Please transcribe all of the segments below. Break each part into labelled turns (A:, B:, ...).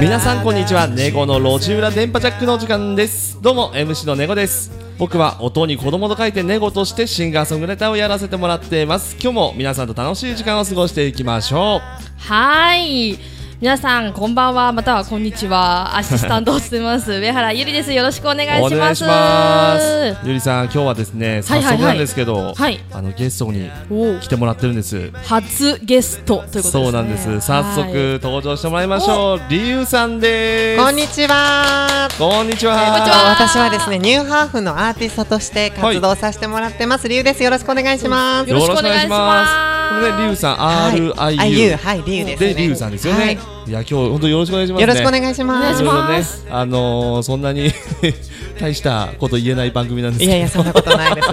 A: 皆さんこんにちはネゴの路地裏電波ジャックのお時間ですどうも MC のネゴです僕は音に子供と書いてネゴとしてシンガーソングライターをやらせてもらっています今日も皆さんと楽しい時間を過ごしていきましょ
B: はーい。皆さん、こんばんは、またはこんにちは。アシスタントを務めます、上原ゆりです。よろしくお願
A: う
B: いします。
A: すゆりさん今日はですね
B: はいはい
A: 早
B: はい
A: 速なんですけど、
B: はい
A: あのゲストに
B: お
A: 来てもらってるんです
B: 初ゲストということですね。
A: そうなんです早
B: はい
A: 速登場してもらいましょうりゆうさんです
C: こんにちは。
A: こんにちは
B: こんにちは
C: 私はですね、ニューハーフのアーティストとして活動させてもらってます。りゅうです。よろしくお願いします。
B: よろしくお願いします
A: これねりゅうさん RIU、
C: はい、あゆう、はい、りゅうです、ね。
A: でりゅうさんですよね、
C: はい
A: い、や今日本当よろしくお願いします、ね、
C: よろしくお願いします。
B: お願いします
A: いろいろねあのー、そんなに 大したこと言えない番組なんですけ
C: い
A: ど
C: やいや、そんなことないです。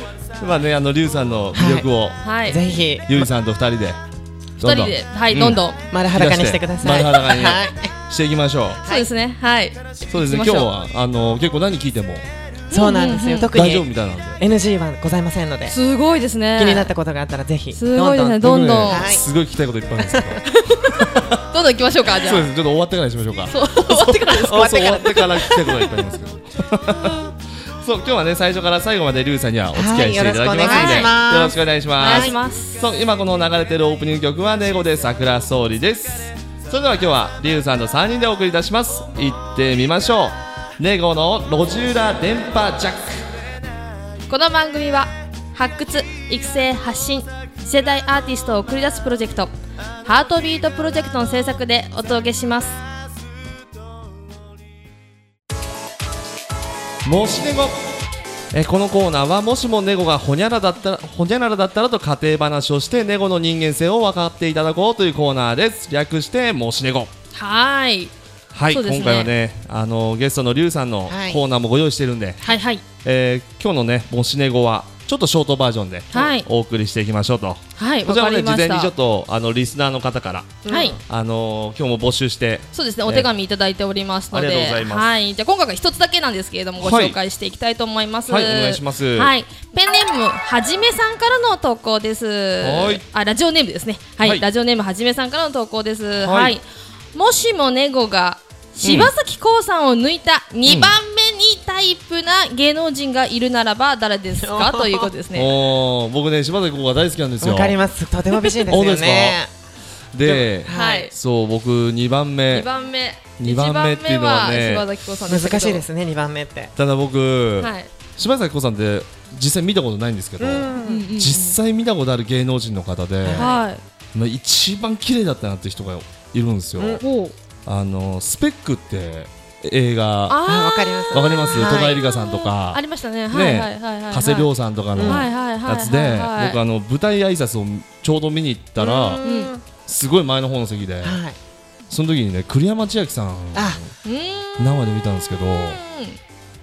A: まあねあのりゅうさんの魅力を、
B: はい。
C: ぜひ、
A: ゆりさんと二人で
B: 二人で、はい、どんどん。
C: 丸裸にしてください。
A: 丸裸に
C: はい。
A: していきましょう、
B: そうですね。はい。
A: そうですね今
B: 行きま
A: 日
B: しょう
A: はあのー、結構何聞いても
C: そうなんですよ。特
A: 大丈夫
C: に
A: みたいなんで
C: NG はございませんので、
B: すごいですね。
C: 気になったことがあったらぜひ、
B: すごいですね。
C: どんどん
B: どんどん、
A: 僕ね
C: はい
A: すごい聞きたいこといっぱいあるんですけど
B: どんどん行きましょうか。じゃ
A: そうですねちょっと終わってからにしましょうか
B: あ。そう、終わってからです。
A: 終わってから終わってから聞きたいことがいっぱいありますけどそう今日はね最初から最後までリュウさんにはお付き合いしていただきますので、
C: はいよ
A: よろ
C: ろ
A: し
C: し
A: くお願いし
B: お
A: ます
B: 願いします。
A: そう今この流れてるオープニング曲はネゴで桜総理ですそれでは今日はリュウさんと3人でお送りいたします行ってみましょうネゴの路地裏電波ジャック
B: この番組は発掘育成発信次世代アーティストを送り出すプロジェクトハートビートプロジェクトの制作でお届けします
A: もしネゴえこのコーナーはもしもネゴがホニャラだったらホニャララだったらと家庭話をしてネゴの人間性を分かっていただこうというコーナーです略してもしネゴ
B: はーい
A: はい、
B: そうですね
A: 今回はねあのゲストのリュウさんの
C: はい
A: コーナーもご用意してるんで、
B: はいはい
A: えー今日のね「もしネゴ」はちょっとショートバージョンで
B: はい
A: お送りしていきましょうと、
B: はい
A: こ
B: わ
A: ちら
B: か
A: もね
B: りま
A: 事前
B: した
A: にちょっとあのリスナーの方から、
B: はい
A: あのー今日も募集して
B: そうですねお手紙いただいておりますので、
A: ありがとうございます
B: はいじゃあ今回が一つだけなんですけれどもご
A: はい
B: 紹介していきたいと思います
A: はいお願いします
B: はいペンネームはじめさんからの投稿です
A: はい
B: あラジオネームですねはい、
A: はい
B: ラジオネームはじめさんからの投稿ですはい、
A: い
B: もしもネゴが柴咲コウさんを抜いた2番目にタイプな芸能人がいるならば誰ですか、ということで すね
A: おー僕ね柴咲コウが大好きなんですよ
C: わかります。とても美人ですよね。
A: で
B: はい
A: そう僕2番目
B: 2番目
A: 二番目っていうのはね
B: 一番目は柴咲コウさん
C: 難しいですすね、二番目って。
A: ただ僕、
B: けどはい、
A: 柴咲コウさんって実際見たことないんですけど、
C: うん。
A: 実際見たことある芸能人の方で、
B: はい
A: まあ、一番綺麗だったなって人がいるんですよ、
B: おう
A: あのースペックって映画
C: あ、わ
B: あ
C: かります。
A: わかります、
C: はい
A: 戸賀絵里香さんとか
B: ありましたね。はいはいはいはいは
A: ね
B: い。
A: 加瀬亮さんとかの
B: はいはいはいはいはい
A: やつで僕あの舞台挨拶をちょうど見に行ったら
B: う
C: うんん。
A: すごい前の方の席で
C: はい。
A: その時にね栗山千明さん
C: あ、
B: うーん。
A: 生で見たんですけど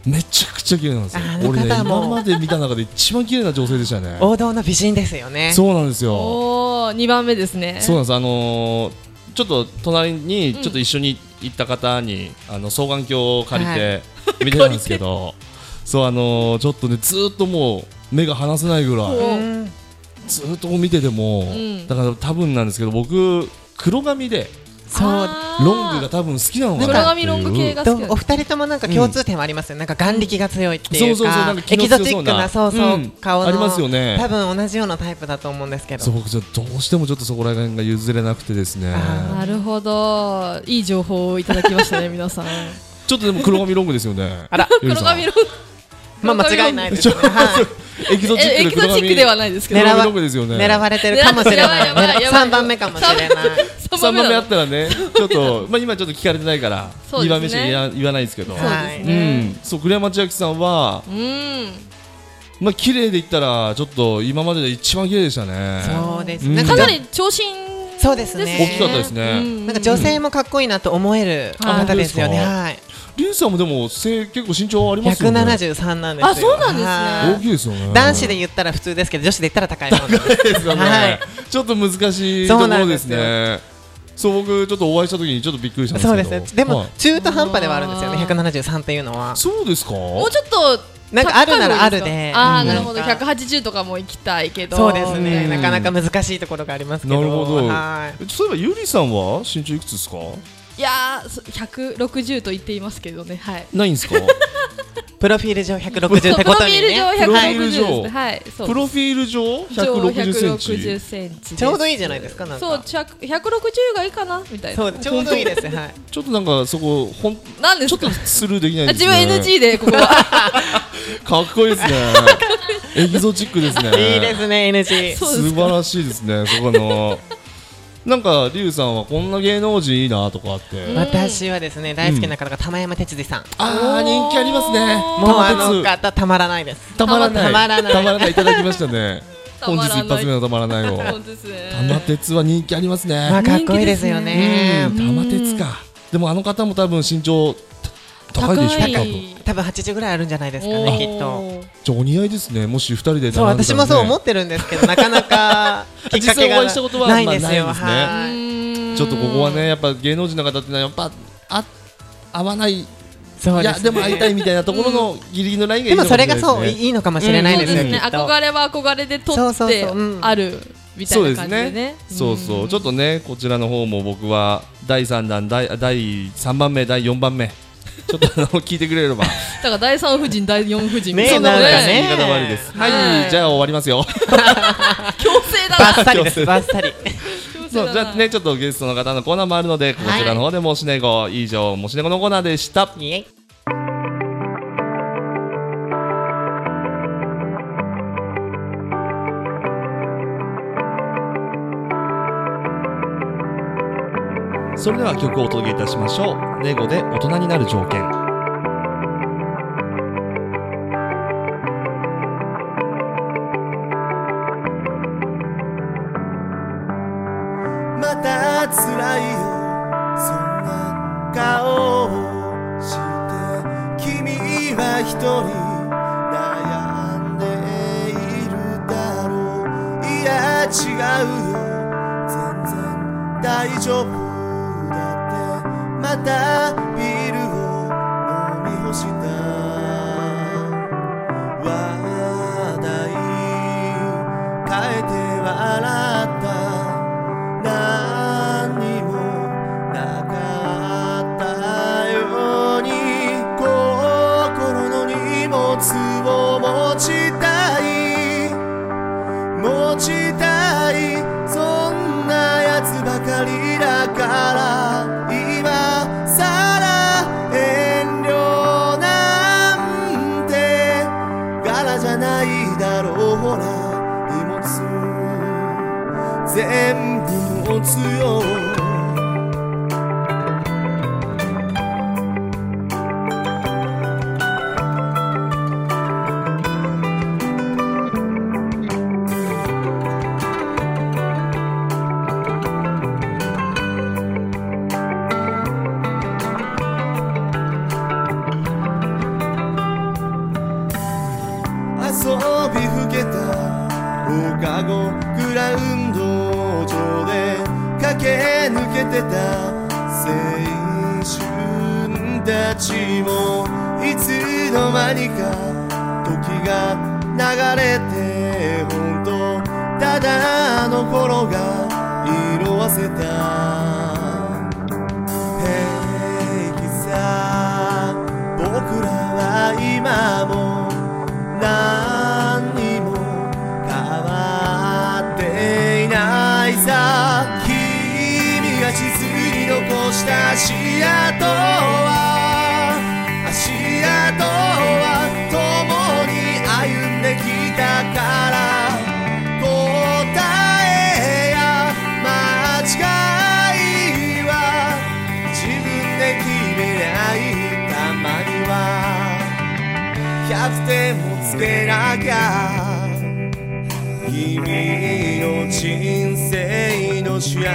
A: めちゃくちゃ綺麗なんですよ
C: あの
A: 俺ね
C: 方も
A: 今まで見た中で一番綺麗な女性でしたね
C: 王道の美人ですよね。
A: そうなんですよ
B: おお、二番目ですね。
A: そう
B: う。
A: なんですあのーちょっと隣に
B: うん
A: ちょっと一緒に行った方にあの双眼鏡を借りて 見てたんですけどそうあのーちょっとねずーっともう目が離せないぐらい
C: うん。
A: ずーっと見てても、
B: ん
A: だから多分なんですけど僕黒髪で
C: そう。
A: ロングが多分好きなのかな
B: 黒髪ロング系
A: が
B: が
C: ど
B: 好き
C: う
B: なん
C: お
B: だ。
C: 二人ともなんか共通点はありますよ、なんか眼力が強いっていうか、
A: そうそうそうなんか気
C: エ
A: の
C: キ
A: 強
C: ゾ
A: そうな
C: チックなそうそう、
A: うん
C: 顔の
A: ありますよね
C: 多分同じようなタイプだと思うんですけど
A: そう僕じゃどうしてもちょっとそこら辺が譲れなくてですね
C: あ
B: なるほど、いい情報をいただきましたね、皆 さん。
A: ちょっとでも黒髪ロングですよね
C: あら
A: ゆ
B: 黒
A: りさん
B: 髪ロング。
C: まあ間違いないですね、はい
A: エキゾチッ
B: え、
A: ク
B: エ
A: で
B: キ
A: 黒
B: ゾチ
A: 髪
B: ックではないですけど。
A: 黒
C: 狙わ
A: 髪ロングですよね
C: 狙われてるかもしれな
B: やばいやばい
C: い
B: やばい
C: 三番目かもしれない
B: 三
A: 3番
B: 番目
A: 目あ
B: だ
A: った らねちょっとまあ今ちょっと聞かれてないから
B: そう
A: 2
B: です
A: 番目
B: ね
A: しか言わ言わないですけど
C: は
B: そうですね。
A: うんそう栗山千明さんは
B: うん。
A: まあ綺麗で言ったらちょっと今までで一番綺麗でしたね
C: そうです
A: うん
C: ね、なん
B: か
C: か
B: なり長身。
C: そうですね
A: 大きかったですね
C: なんか女性もかっこいいなと思える
B: はい
C: 方ですよね、
A: あ
C: はい、
A: リュウさんもでも背結構身長ありますよね
C: 173なんですよ
B: あそうなんですね
C: はい
A: 大きいですよね
C: 男子で言ったら普通ですけど女子で言ったら高いものです
A: ですよね、
C: はい
A: ちょっと難しいと
C: そ
A: こ
C: うな
A: ろ
C: ん
A: で
C: ですすよ
A: ねそう僕ちょっとお会いした時にちょっとびっくりしたんです
C: そう
A: け
C: で
A: ど
C: すね。でも、
A: はい
C: 中途半端ではあるんですよね。
B: あ
C: 173っていうのは。
A: そうですか
B: もうちょっと。
C: なんかあるならあるで
B: ああ、
A: うん
B: なるほど、百八十とかも行きたいけど。
C: そうです
A: う
C: ね。
A: ん
C: なかなか難しいところがありますけ
A: な
C: ど。
A: るほど
C: は
A: えそういえばゆりさんは身長いくつですか
B: えいやーそ160と言っていますけどねはい
A: ないんですか
C: プロフィール上160って
B: プロ
C: こ
B: フ
C: とに
B: ィール上
C: ね。
A: プロフィー
B: 160
A: ル上
B: ですねはいそう
A: プロフィール上160センチ
B: センチ
C: ちょうど
B: いい
C: いいじゃないですか。なんか
B: そうちゃ160がいいかなみたいな
C: そうちょうどいいです。はい。
A: ちょっとなんかそこほんち
B: なんです
A: ょっと
B: か
A: スルーできない
B: あ
A: です
B: 自
A: ね
B: 分 NG でここは
A: かっこいいですね エキゾチックですね
C: いいですね NG。
B: そうで
A: 素
B: す
A: 晴
B: から
A: しいですねそこのなんかリュウさんはこんな芸能人いいなとかあって、
C: 私はですね大好きな方が玉山哲司さん。
A: あー人気ありますね
B: おー
C: もうあの
A: 鉄
C: 方たまらないです。
A: たまらない
C: たまらない
A: たまらないいただきまし たね
B: た
A: 本
B: ま
A: 日
B: らない
A: 一発目のたまらないを
B: 本当ですね
A: 玉鉄は人気あります
C: まあ
A: ね
C: かっこいいですよね
A: う。ん玉鉄かでもあの方も多分身長た高いでしょ多分
C: 多分80ぐらいあるんじゃないですか
B: お
C: ね
B: ー
C: きっと。
A: じゃあお似合いですねもし二人で並んでた
C: そう
A: らね
C: 私もそう思ってるんですけどなかな かきっかけ
A: 実際お
C: が
A: 会いしたことは
C: ないんですよ。
A: まあな
C: はい。
A: ちょっとここはねやっぱ芸能人の方ってのはやっぱあ合わない
C: そう
A: い
C: で
A: や
C: す
A: でも会いたいみたいなところのギリギリのラインがいい
C: で
A: の
C: も
A: か
C: そ
A: もし
C: れ
A: ない
C: が
A: です
C: そう
A: ね。
C: いいのかもしれない
B: そ
C: で
B: うですす
C: よ
B: ね
C: きっと。
B: 憧れは憧れで
C: そ
B: 取
C: う
B: っ
C: そう
B: て
C: そううん
B: あるみたいな感じでね
A: そうそうちょっとねこちらの方も僕は第3弾第第3番目第4番目ちょっとあの聞いてくれれば
B: だから第三夫人第四夫人
C: ねえ
B: そんなこと
C: なんか
B: ね
A: 言い方悪いですはい、
B: はい
A: じゃあ終わりますよ
B: 強制だ
C: バ
B: な
C: ッサリですバッサリ。
B: 強制
A: そ
B: だ
A: う
B: な
A: じゃあねちょっとゲストの方のコーナーもあるのでこちらの方でもしねご以上もしねごのコーナーでした
C: イエイ。
A: それでは曲をお届けいたしましょうネゴで大人になる条件
D: また辛いよそんな顔をして君は一人悩んでいるだろういや違うよ全然大丈夫だってまたビールを飲み干した話題変えて笑った何にもなかったように心の荷物を持ちたい持ちたいそんなやつばかりだから今さら遠慮なんて柄じゃないだろうほら荷物全部持つよ遊びふけた放課後グラウンド上で駆け抜けてた青春たちもいつの間にか時が流れて本当ただあの頃が色あせた平気さ僕らは今も何にも変わっていないさ君が地図に残した足跡は足跡は共に歩んできたから答えや間違いは自分で決めりゃいいたまには100点もつけなきゃ君の人生の主役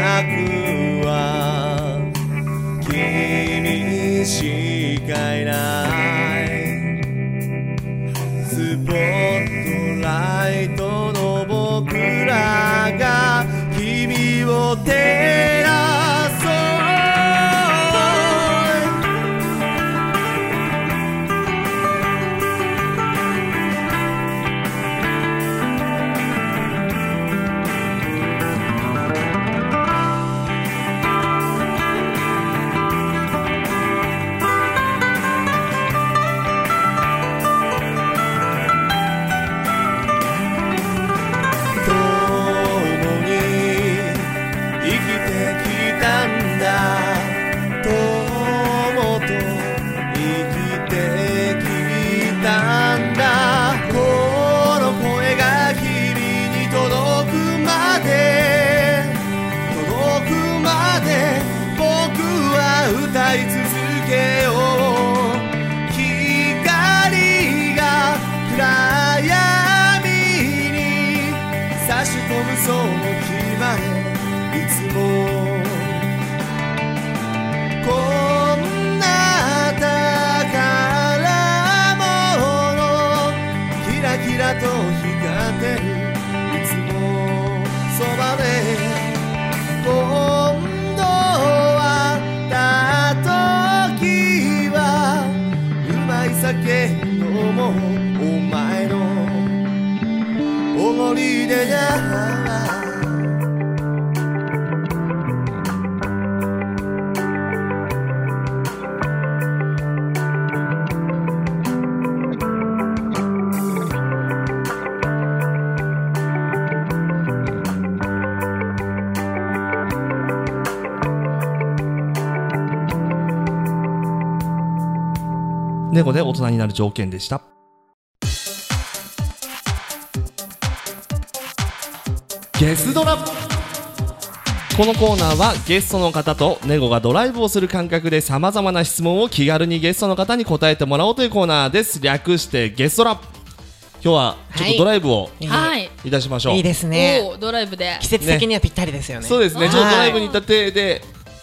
D: は君しかいないスポットライトの僕らが君を照らそう「歌い続けよう光が暗闇に差し込むその日までいつもこんな宝物キラキラと光ってるいつもそばで今度はた時はうまい酒飲もうお前のおごりでな
A: 猫で大人になる条件でしたゲスドラこのコーナーはゲストの方とネゴがドライブをする感覚でさまざまな質問を気軽にゲストの方に答えてもらおうというコーナーです略してゲストラ今日はちょっとドライブを
B: はい。
A: いたしましょう、
C: いいですね
B: おードライブで。
C: 季節的にはぴったりですよね
A: そうですねちょっと
C: はい
A: ドライブに行った手で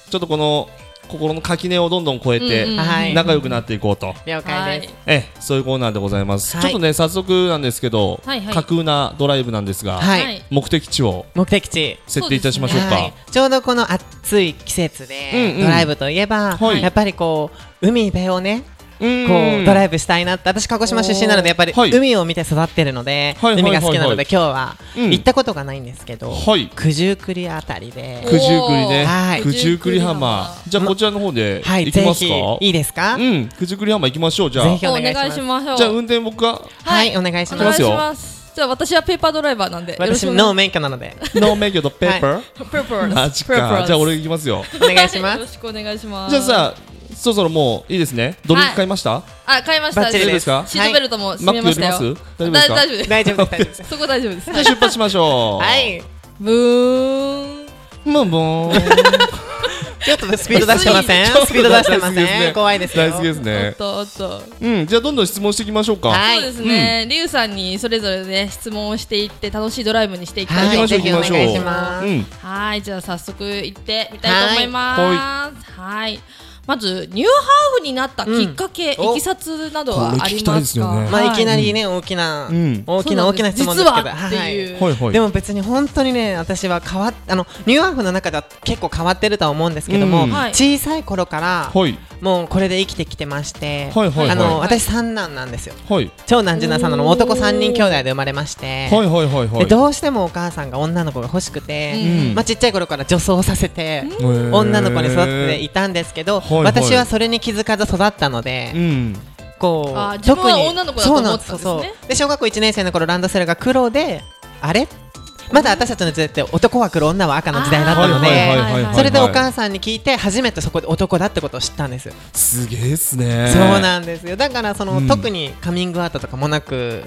A: ちょっとこの心の垣根をどんどん越え
B: うんうん
A: て
C: はい
A: 仲良くなっていこうと、
C: 了解です
A: ええ、そういうコーナーでございます、
C: はい
A: ちょっとね早速なんですけど、
B: はいはい
A: 架空なドライブなんですが、
B: は
C: はいい、
A: 目的地を
C: 目的地
A: 設定いたしましょうか
C: はいちょうどこの暑い季節で、
A: うんうん
C: ドライブといえば、
A: はい
C: やっぱりこう海辺をね
A: うん
C: こうドライブしたいなって私鹿児島出身なのでやっぱり
A: はい
C: 海を見て育ってるので、
A: はいはいは
C: 海
A: いはい
C: が好きなので今日は
A: うん
C: 行ったことがないんですけど、
A: はい
C: 九十九里あたりで
A: 九十九里ね、
C: はい
A: 九十九里浜じゃあこちらの方で
C: はい
A: 行き
C: ぜ
A: ます
C: ひ
A: か、
C: いいですか、
A: うん九十九里浜行きましょうじゃあ
C: ぜ
A: じ
C: ひ
B: お
C: お
B: 願
C: 願
B: い
C: い
B: し
C: し
B: ましょう。
A: ゃあ運転僕が
C: はいお願いし
B: お
C: ます
B: 願いし
A: いき
B: ま。
A: ます
B: じゃあ私はペーパードライバーなんで。よろし
C: 私
B: くお
C: ノー
B: 願い
C: 免許なので
A: ノーメイクとペ ーパー、
B: ペーパー。
A: マジ
B: ペーパ
A: か
B: ー
A: じゃあ俺行きますよ
C: お願いしま
B: よろ
C: す
B: しくお願いします。
A: じゃあさそろそろもういいですねドリンク買いました、
B: あ、買いました。
C: バッチリです
A: 大丈夫です
B: シートベルトも
A: マ
B: 締
A: ッ
B: め
A: ク寄
B: ま
A: り
B: した
A: ま
B: よ。
A: す大丈夫ですか
B: だ大丈夫
C: 大丈夫です大丈夫
B: です。
C: です
B: そこ大丈夫です。
A: じゃあ出発しましょう
C: はい
B: ブーン。
A: もんもん
C: ちょっとスピード出してません
A: ちょっと
C: スピード出してま
A: 大好きです
C: せ
A: ね
C: ん怖いですよ
A: 大好きです
B: お
A: ね
B: っとおっと。
A: うんじゃあどんどん質問していきましょうか
C: はい
B: そうですね。リュウさんにそれぞれね質問をしていって楽しいドライブにしていきたいと
C: は
B: 思いま
C: い
B: す
A: 行きましょう
C: ぜひ
A: 行きましょう
C: お願いします
A: うん
B: はい、じゃあ早速行ってみたいと思います。はい。まずニューハーフになったきっかけ、
C: うん
B: いきさつなど
A: こ
B: は
A: れ
B: あ
A: 聞
B: り
A: きたい
B: ま
A: ですす
B: か。
A: よね
C: まあ
B: はい
C: きなりね大きな
A: うん
C: 大きな大きな質問で
B: 実
C: すけど
B: はっていう。
A: はいはい
C: でも別に本当にね私は変わっあのニューアーフの中では結構変わってるとは思うんですけども、
A: うん
B: はい
C: 小さい頃から
A: はい
C: もうこれで生きてきてまして、
A: はいはいはい
C: あの
B: はい
C: 私三男なんですよ
A: はい
C: 長男次男三男の男三人兄弟で生まれまして、
A: はいはいはいはい
C: でどうしてもお母さんが女の子が欲しくて、
A: うん
C: まあ、ちっちゃい頃から女装させて、
A: へー
C: 女の子に育てていたんですけど、
A: はいはい
C: 私はそれに気づかず育ったので、
A: うん
C: こ
B: あ
C: う
B: 自分
C: 特
B: は
C: に
B: 女の子だと思ってたんですね
C: そうなんそうそうで小学校1年生の頃ランドセルが黒であれまだ私たちの時代って男は黒女は赤の時代だったの
A: はいはいはい
C: で
A: はいはい
C: それでお母さんに聞いて初めてそこで男だってことを知ったんです、
A: すげえっすね
C: そうなんですよだからその、
A: うん
C: 特にカミングアウトとかもなく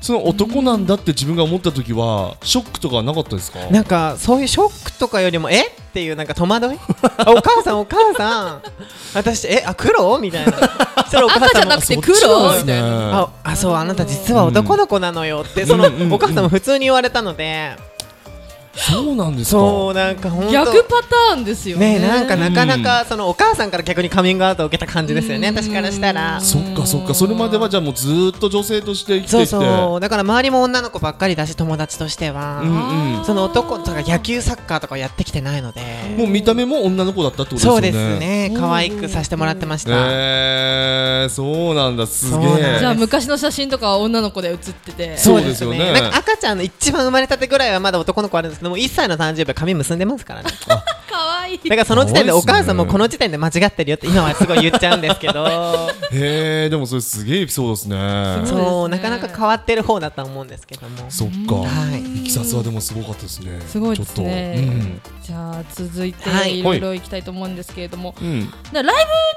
A: その男なんだって自分が思った時はショックとかはなかったですか
C: なんかそういうショックとかよりもえっていうなんか戸惑い あお母さんお母さん私えあ黒み たいなそれお母
B: 赤じ
C: さん
B: ゃ
C: も
B: なくて
A: そっちなん
B: 黒
A: です
B: みたいな。
A: ね
C: ああそうあなた実は男の子なのよって、そ
A: うんうん
C: のお母さんも普通に言われたので、
A: そうなんですか
C: そうなんか本当
B: 逆パターンですよ
C: ねえ
B: ね。
C: なんかなかなかそのお母さんから逆にカミングアウトを受けた感じですよね私からしたら
A: そっかそっかそれまではじゃあもうずーっと女性として生きて
C: そう
A: きてう
C: そうだから周りも女の子ばっかりだし友達としては、
A: んうん
C: その男とか野球サッカーとかやってきてないので
A: もう見た目も女の子だったってことです
C: そ
A: よ
C: う
A: ね
C: ですね可愛くさせてもらってました、
A: えー、そうなんだすげ
C: そうなん
B: じゃ
A: え
B: あ昔の写真とかは女の子で写ってて。
A: そうですよね
C: なんか赤ちゃんの一番生まれたてぐらいはまだ男の子あるんですけども1歳の誕生日は髪結んでます からね
B: 可愛い
C: だからその時点でお母さんも
A: か
C: こ
A: わいい
C: の時点で間違ってるよって今はすごい言っちゃうんですけ ど
A: へえでもそれすげえエピソードですね
B: す
C: そうなかなか変わってる方だと思うんですけども
A: そっか
C: はい
A: いきさつはでもすごかったですね
B: すごいですね
A: ちょっとうん。
B: じゃああ続い
C: は
B: て
C: い
B: いろいろ行きたいと思うんですけれども、
A: うん
B: でライブ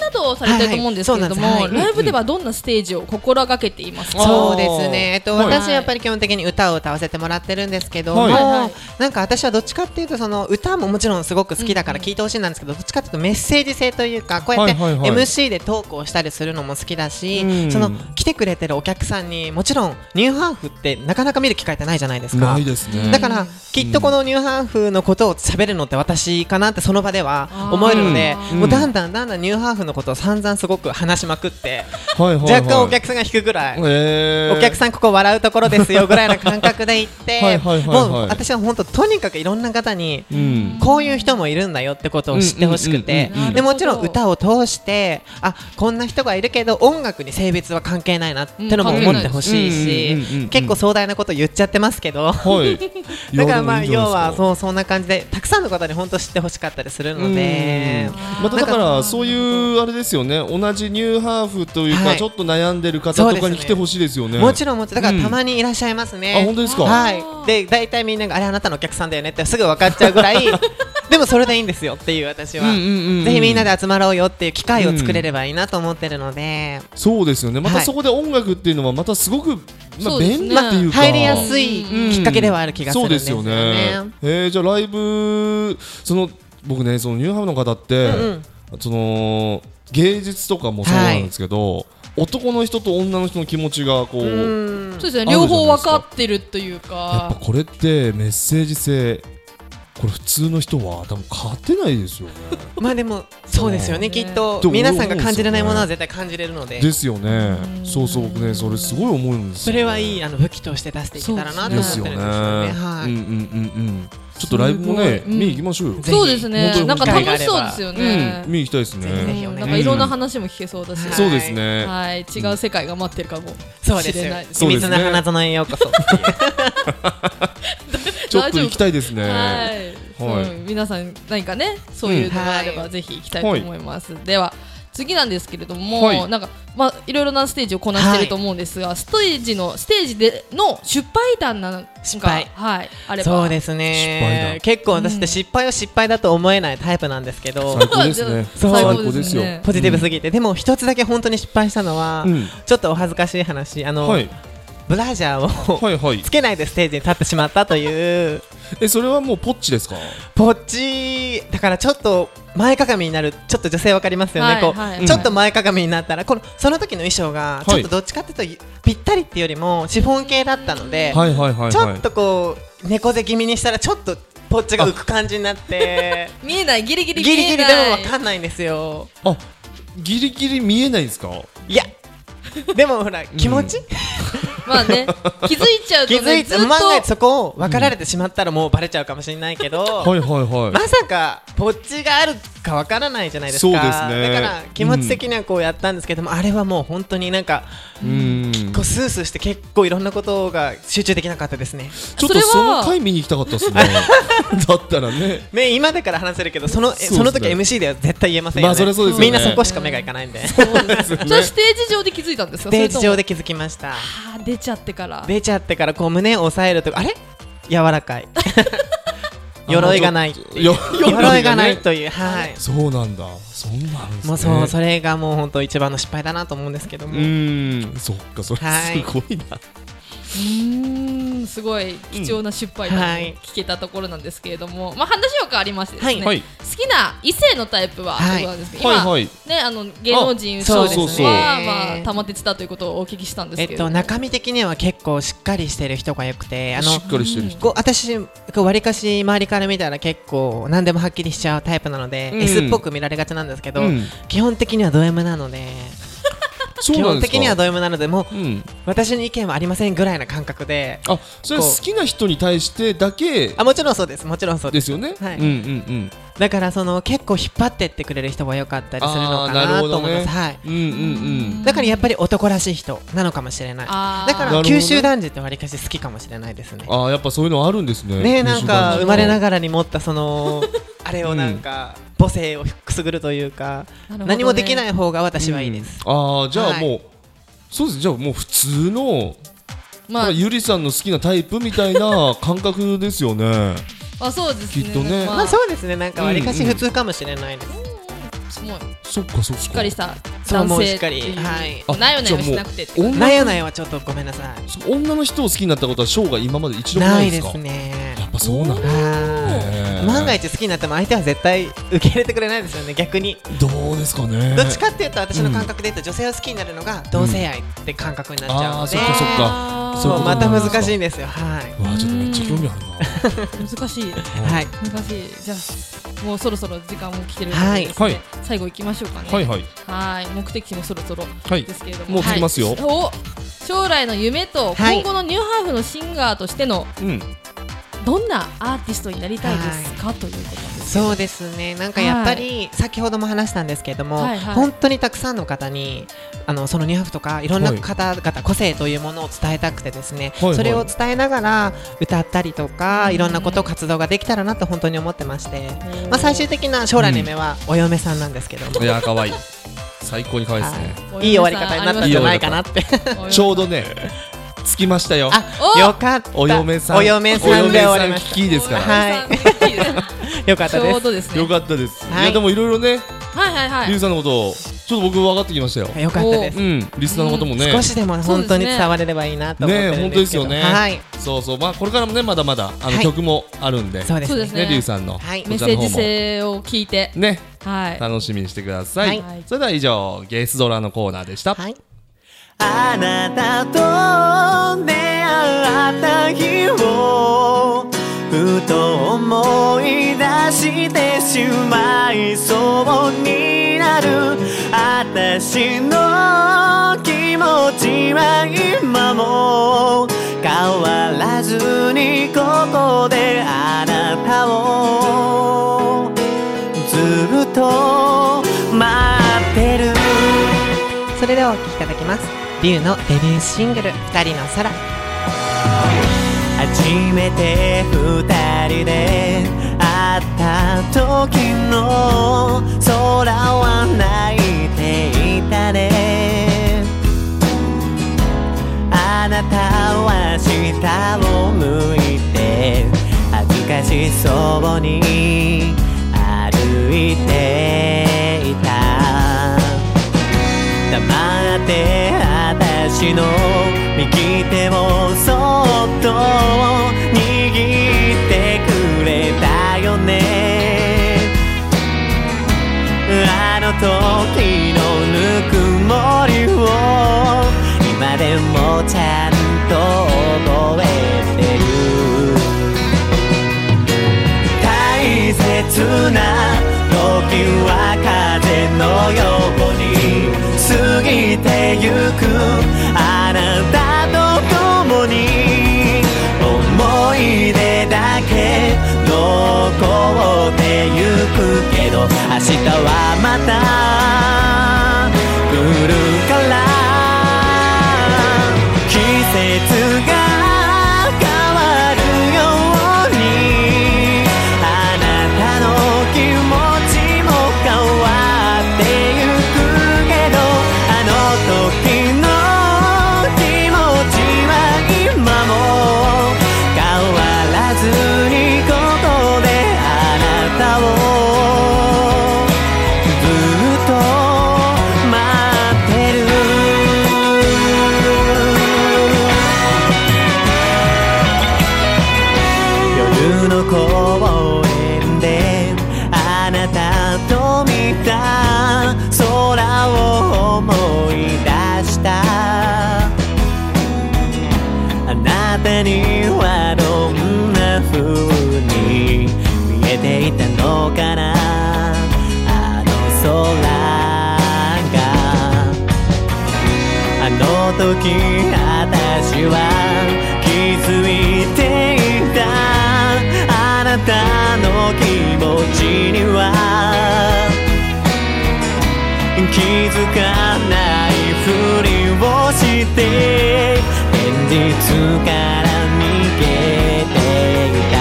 B: などをされてると思うんですけれども、
C: はいはいそうなんです
B: ライブではどんなステージを心がけていますか、
C: そうですね、えっと、
A: はい
C: 私はやっぱり基本的に歌を歌わせてもらってるんですけども、
A: はい
B: はい
C: なんか私はどっちかっていうとその歌ももちろんすごく好きだから聴いてほしいなんですけど、どっちかっていうとメッセージ性というかこうやって
A: はいはいはい
C: MC でトークをしたりするのも好きだし、
A: うん
C: その来てくれてるお客さんにもちろんニューハーフってなかなか見る機会ってないじゃないですか。
A: ないですね
C: だから、きっとこのニューハーフのことを喋るのって私かなってその場では思えるので、
A: うん
C: もうだんだんだんだんニューハーフのことを散々すごく話しまくって、
A: はいはいはい
C: 若干お客さんが引くぐらい、
A: えー
C: お客さんここ笑うところですよぐらいな感覚で行っ
A: はい
C: て
A: はいはいはい
C: もう私は本当とにかくいろんな方に
A: うん
C: こういう人もいるんだよってことを知ってほしくて
A: うんうんうんうん
C: でもちろん歌を通してあこんな人がいるけど音楽に性別は関係ないなってのも思ってほしい
A: うん関係ないですうんうんうんう
C: し
A: ん
C: 結構壮大なこと言っちゃってますけど。
A: はい
C: だからまあ
A: いやでもいいんじゃ
C: 要
A: ない
C: は
A: ですか
C: そうそんな感じでたくさんの方に本当知ってほしかったりするので
A: まただか
C: な
A: らそういうあれですよね同じニューハーフという
C: は
A: か
C: い
A: ちょっと悩んでる方
C: そう
A: と
C: です
A: か
C: ね
A: に来てほしいですよね
C: もちろんもちろんだか
A: うん
C: らたまにいらっしゃいますね、
A: あ本当ですか
C: はいで大体みんながあれあなたのお客さんだよねってすぐ分かっちゃうぐ らいでもそれでいいんですよっていう私は、
A: うんうんうんうん
C: ぜひみんなで集まろうよっていう機会を作れればいいなと思ってるので、
A: そうですよねまた
C: はい
A: そこで音楽っていうのはまたすごくま
B: そ
A: あ
B: うです
A: 便
B: ね
A: 利っていうか
C: 入りやすい
A: うん
C: きっかけではある気がするんですよ
A: そうです
C: ね。
A: よね。えー、じゃあライブその僕ねそのニューハーフの方って、
C: うん
A: その芸術とかもそうなんですけど、男の人と女の人の気持ちがこう、
C: うん
B: そうですよね両方分かってるという
A: やっぱ
B: か
A: これってメッセージ性これ普通の人は多分勝てないですよ ね。
C: まあでもそうですよね、
B: ね
C: きっと
A: と思うんですよね
C: 皆さんが感じれないものは絶対感じれるので
A: ですよね。そうそう僕ねそれすごい思うんです
C: そ
A: よ、ね。
C: れはいいあの武器として出していけたらなと思ってるん
A: で
C: ですす
A: よ
C: よ
A: ね。
C: ね。
A: うんう
C: は
A: ん
C: い
A: うんうん。ちょっとライブもね、
B: すごいうん
A: 見に行きましょうよ。
C: ぜひ
B: そうですね
A: 本当
B: なん
A: に
B: か楽しそうですよね
A: う、ん、見に行きたいです
C: ひぜ
A: ね。
C: ひお願いします
B: なんかいろんな話も聞けそうだし、
C: うん
A: そうですね。
B: はい、違う世界が待ってるかも
C: そうで
B: し
C: す
B: れ
C: よ
B: ない。
A: そ
C: 秘
A: うで
C: 密
A: す
C: の
A: ね
C: 花園へようこそ。
A: ちょっと行きたいですね。
B: はい、
A: はい
B: うん皆さん何かねそういうのがあれば
C: うん
B: ぜひ行きたいと思います、では次なんですけれども、
A: はい
B: なんかまあいろいろなステージをこなしてると思うんですが、ステージのステージでの失敗談なんか
C: 失敗
B: はいあれば。
C: そうですす
A: 失敗
C: ね
A: だ
C: 結構私って失敗を失敗だと思えないタイプなんですけど、
A: 最 高ですね
B: 最
C: 高
B: ですね
A: 最高
C: ポジティブすぎて、でも一つだけ本当に失敗したのは、
A: うん
C: ちょっとお恥ずかしい話あの、
A: はい、
C: ブラジャーを、
A: はい、はい
C: つ。けないでステージに立ってしまったという
A: え、それはもうポッチですか。
C: ポッチだからちょっと前かがみになるちょっと女性わかりますよね、
B: はい
C: こう
B: はい
C: ちょっと前かがみになったらこのその時の衣装がちょっとどっちかっていうと、ぴったりっていうよりもシフォン系だったので、
A: はい、はい、はい、
C: ちょ
A: は
C: っ
A: い。
C: とこう猫背気味にしたらちょっとポッチが浮く感じになって。
B: 見えないギリギリ
C: ギリ
B: 見
C: ギ
B: え
C: リ
B: な
C: で
B: い
C: もわかんないんですよ
A: あ、ギリギリ見えないんですか。
C: いやでもほら気持ち、
B: ま あね気づいちゃうと、
C: 気
B: ね、
C: づいて
B: ずっと
C: 万が一そこを分かられてしまったらもうバレちゃうかもしれないけど、
A: はい、はい、
C: ま
A: は
C: さかぼっちがあるか分からないじゃないですか
A: そうですね
C: だから気持ち的にはこうやったんですけども、あれはもう本当になんか
A: い。うん。
C: こうスースーして結構いろんなことが集中できなかったですね
A: ちょっ
B: それ
A: と
B: は
A: その回見に行きたかった ですね。だったらね。
C: ね今だから話せるけどそのえ
A: そうですね
C: その時は MC では絶対言えませんよね,、
A: まあそりゃそうですよね
C: みんなそこしか目がいかないんで
B: それはステージ上で気づいたんです
C: ス
B: か
C: テージ上
B: で
C: で気づきました
B: あー出ちゃってから
C: 出ちゃってからこう胸を押さえるとあれ柔ら かい鎧がない
A: よ
C: 鎧がない。というはい
A: そうなんだ。そんなんあるんですね。
C: もうそうそれがもう本当一番の失敗だなと思うんですけど
A: う
C: も、
A: ーん。そっか、それ
C: は
A: す
C: い
A: ごいな。
B: うーんすごい貴重な失敗談
C: うん
B: を聞けたところなんですけれども、まあ、話は変わりましてですね、
C: はい
A: はい
B: 好きな異性のタイプはと
C: はい
B: いうことなんですけど、
A: はい
B: 今、
A: はい
B: ね、あの芸能人
C: あ
B: そう
A: そう
B: です
A: そ
C: そう
A: う
B: ねまあ、玉鉄だということをお聞きしたんです
C: え
B: けれ
C: っ
B: ど
C: と
B: も、
C: 中身的には結構しっかりしてる人がよくてあの
A: しっかりしてる人。
C: こう私こう割かし周りから見たら結構何でもはっきりしちゃうタイプなので、
A: うん
C: S っぽく見られがちなんですけど、
A: うん
C: 基本的にはド M なので
A: そう
C: 基
A: なん
C: 本
A: ですか。
C: 的にはド M なのでもう
A: うん。
C: 私の意見はありませんぐらいな感覚で
A: あ、それは好きな人に対してだけ
C: あもちろんそうですもちろんそうです
A: ですよね。
C: はい
A: うんうん
C: だからその結構引っ張ってってくれる人が良かったりするのか
A: あーなる
C: な
A: ほ
C: と
A: どね
C: 思います、はい
A: うん。うんうん
C: だからやっぱり男らしい人なのかもしれない
B: あー
C: だか
A: なるほ
C: ら
A: どね
C: 九州男児ってわりかし好きかもしれないですね
A: うん。あーやっぱそういうのあるんですね。
C: ねなんか生まれな
A: が
C: がらに持ったそ のあれをなんか母性をくすぐるというか
B: なるほどね
C: 何もできない方が私はいいです、。
A: ああじゃあ
C: はい
A: もう、そうですじゃあもう普通の、
B: まあ
A: ゆりさんの好きなタイプみたいな感覚ですよね。
B: あそうですね
A: きっとね
C: まあそうですねなんかわりか
A: う
C: し
A: んうん
C: 普通かもしれないです、
B: すごい
A: そっかそっかし
B: しっかりした
C: そう
B: 男
C: もうし
B: 性
C: っかりはい
A: あ
B: なよなよしなくてって
A: じゃあもう
C: な
A: 女
C: やなやはちょっとごめんなさい
A: そう女の人を好きになったことは生涯今まで一度もな
C: ないい
A: で
C: です
A: か
C: すね
A: やっぱそうなんだ
C: はい
A: へー
C: 万が一好きになっても相手は絶対受け入れてくれないですよね逆に
A: どうですか ね
C: どっちかっていうと私の感覚で言うと女性を好きになるのが同性愛って感覚になっちゃう
A: あ
C: の
A: あ
C: で
A: そっかそっ
B: あ
A: か
B: ー
A: そういう
C: そう
A: こと
C: ま
A: に
C: た
A: なるんですか
C: 難しいんですよはい
A: わあちょっとめっちゃ興味あるな
B: 難しい
C: はい
B: 難しいじゃあもうそろそろ時間も来てるので
C: はい
B: ですね
A: はい
B: 最後行きましょうかね
A: はいはい
B: はい目的地もそろそろ
A: はい
B: ですけれども、
A: もう着きますよ
B: はいお将来の夢と
C: はい
B: 今後のニューハーフのシンガーとしての
A: うん
B: どんなアーティストになりたいですか、ということです
C: そうですねなんかやっぱり先ほども話したんですけれども、
B: はいはい
C: 本当にたくさんの方にあのその2泊とかいろんな方々、個性というものを伝えたくてですね、
A: はいはい
C: それを伝えながら歌ったりとかいろんなこと活動ができたらなと本当に思ってまして、まあ、最終的な将来の夢はお嫁さんなんですけども、
A: いやー可愛い最高に可愛いですね
B: お嫁さん
C: いい終わり方になったんじゃないかなって
B: お嫁
A: ちょうどね着きましたよ
B: お
C: あよかった
A: お嫁さん
C: お嫁さんで終わりま
A: お嫁さん
C: し
A: 聞きですか
B: お
A: ら
C: はい
B: 嫁さんいいですね
C: たよかった
B: ち
C: で
B: ょう
C: す
B: どですね
A: よかったです
C: はい
A: いやでもいろいろね
B: はいはいは
A: リュ
B: い
A: ウさんのことをちょっと僕分かってきましたよ
C: よかったです
A: うんリスナーの方もね
C: 少しでも本当に伝われればいいなと思って
A: ね
C: るん
A: 本当
C: で
A: ですす
C: けど、
A: よね
C: はい
A: そうそうまあこれからもねまだまだあの
C: はい
A: 曲もあるんで
C: そうです
B: そうで
C: ね
B: す
A: ね
B: ね
A: リュウさんの
C: はい
B: メ
A: こち
B: ッセ
A: らの
B: ー
A: 方
B: ジ
A: も
B: 性を聞いて
A: ね
B: はい
A: 楽しみにしてください、
B: はい
A: それでは以上ゲスドラのコーナーでした、
C: はい
D: あなたと出会った日をふと思い出してしまいそうになる私の気持ちは今も変わらずにここであなたをずっと待ってる
C: それではお聴きいただきますリュウのデビューシングル「二人の空」
D: 初めて二人で会った時の空は泣いていたねあなたは下を向いて恥ずかしそうに歩いていた黙って私の右手をそっと握ってくれたよねあの時のぬくもりを今でもちゃんと覚えてる大切な時は風のように過ぎてゆくあなたと共に思い出だけ残ってゆくけど明日はまた来るから季節が変わるようにあなたの気持ちも変わってゆくけどあの時の気持ちは今も変わらずにここであなたをずっと待ってる夜の公園であなたと見た空を思い出したあなたにはどんな風に見えていたのかなあの空があの時私は気づいていたあなたの気持ちには気づかないふりをして現実から逃げていた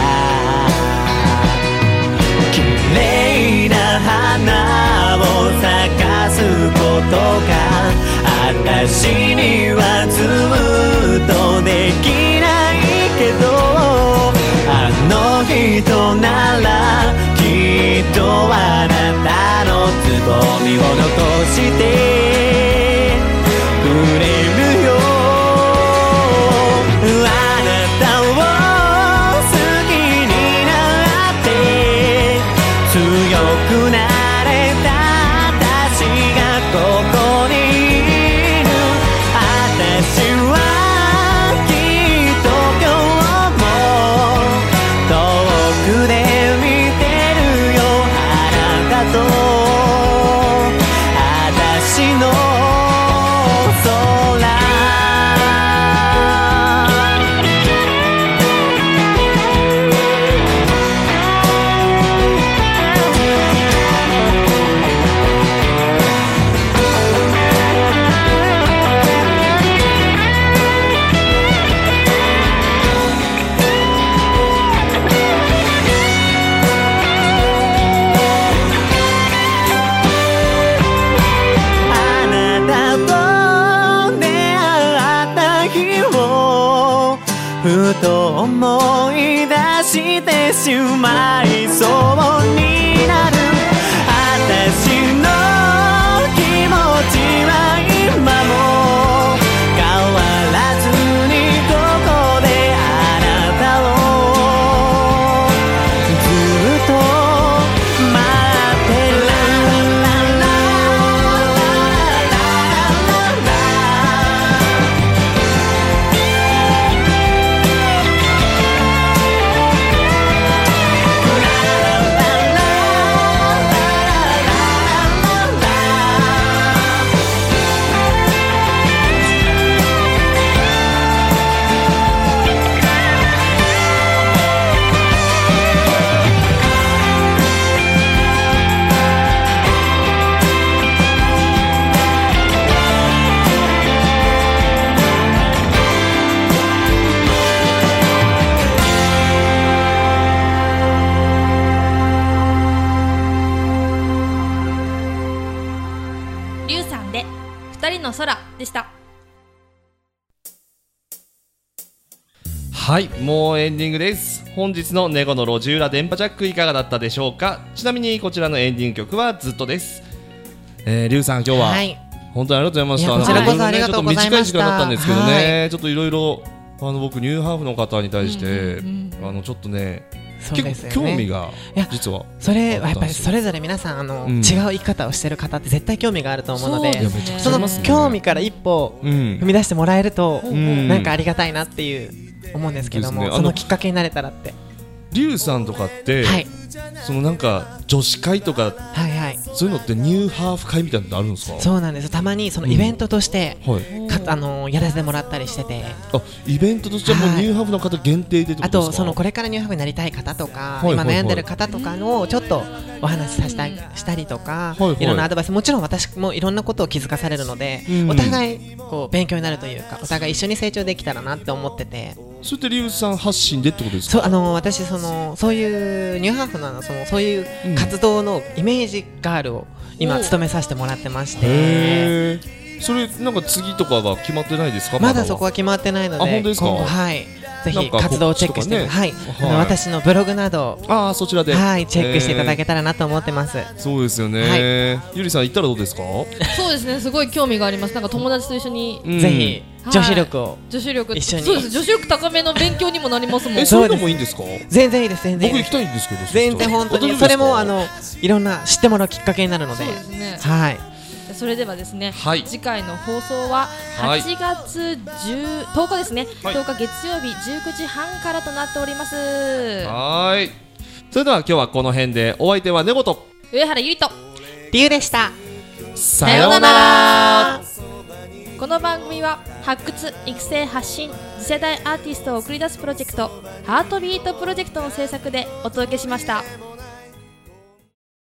D: 綺麗な花を咲かすことが私にはずっとできないけどあの人が
E: しまいそうになる私の気持ちは今も変わらずにここであなたをずっと待ってる
B: リュウさんで二人の空でした
A: はいもうエンディングです本日のネゴの路地裏電波ジャックいかがだったでしょうかちなみにこちらのエンディング曲はずっとですえー、リュウさん今日は、
C: はい、
A: 本当にありがとうございま
C: い
A: し
C: や
A: た
C: こちらこそ
A: なんか
C: ありがとうございました
A: ちょっと短い時間だったんですけどね、ちょっといろいろあの僕ニューハーフの方に対して、あのちょっとね
C: そうです
A: 結
C: よ
A: 構
C: ね。
A: 興味が
C: いや
A: 実は
C: それは
A: あっ
C: やった
A: ん
C: ぱ
A: で
C: り
A: すよ
C: それぞれ皆さんあの、
A: うん
C: 違う生き方をしてる方って絶対興味があると思うので
B: そう
A: いや
B: です
A: めちゃくち
C: そ
A: ゃあり
C: の
A: ますね
C: 興味から一歩
A: うん
C: 踏み出してもらえると、
A: ん
C: なんかありがたいなっていう思うんですけども、
A: ですねあの
C: そのきっかけになれたらって、
A: リュウさんとかって、
C: はい
A: そのなんか女子会とか
C: はいはい
A: そういうのってニューハーフ会みたいなのってあるんですか
C: そうなんですたまにそのイベントとして、
A: はい
C: かあのやらせてもらったりしてて
A: あイベントとしてはもう
C: はい
A: ニューハーフの方限定でってこ
C: あ
A: とです
C: と
A: か
C: そのこれからニューハーフになりたい方とか、
A: いはいはい
C: 今悩んでる方とかのちょっとお話しさせたりしたりとか、
A: はい
C: い
A: はい
C: ろんなアドバイスもちろん私もいろんなことを気づかされるので、
A: うん
C: お互いこう勉強になるというかお互い一緒に成長できたらなって思ってて
A: それってリュウさん発信でってことです
C: そう
A: か
C: あの私そのそういうニューハーフのあのそのそういう活動のイメージガールを今務めさせてもらってまして。
A: へえそれなんか次とかは決まってないですか
C: まだそこ
A: は
C: は決まってないので、
A: あ本当ですか
C: 今後はい、ぜ
A: なん
C: ひ
A: か
C: 活動をチェックして、
A: 告知とか
C: は
A: ね
C: い、あの
A: はい
C: 私のブログなど
A: ああそちらでは
C: はい、チェックしていただけ
A: て、
C: たらなと思ってます。
A: えーそうですよね、ゆりさん行ったらど うですか
B: そうですねすごい興味がありますなんか友達と一緒に
A: うん
C: ぜひ
B: はい
C: 女子力を、
B: 女子力
C: 一緒に
B: そうです女子力高めの勉強にもなりますもん
A: えそういうのもいいんですか
C: 全然いいです全然いいで
A: 僕行き
C: す。
A: たいんですけど
C: 全然本当にそれもあのいろんな知ってもらうきっかけになるので、
B: そうですね
C: はい、
B: それではですね、
A: はい
B: 次回の放送は
A: はい
B: 8月 10, 10日ですね、
A: はい
B: 10日月曜日19時半からとなっております
A: はーいそれでは今日はこの辺でお相手はネゴと
B: 上原ゆりと
C: 理由でした。
A: さ
B: この番組は発掘育成発信次世代アーティストを送り出すプロジェクト「ハートビートプロジェクトの制作でお届けしました。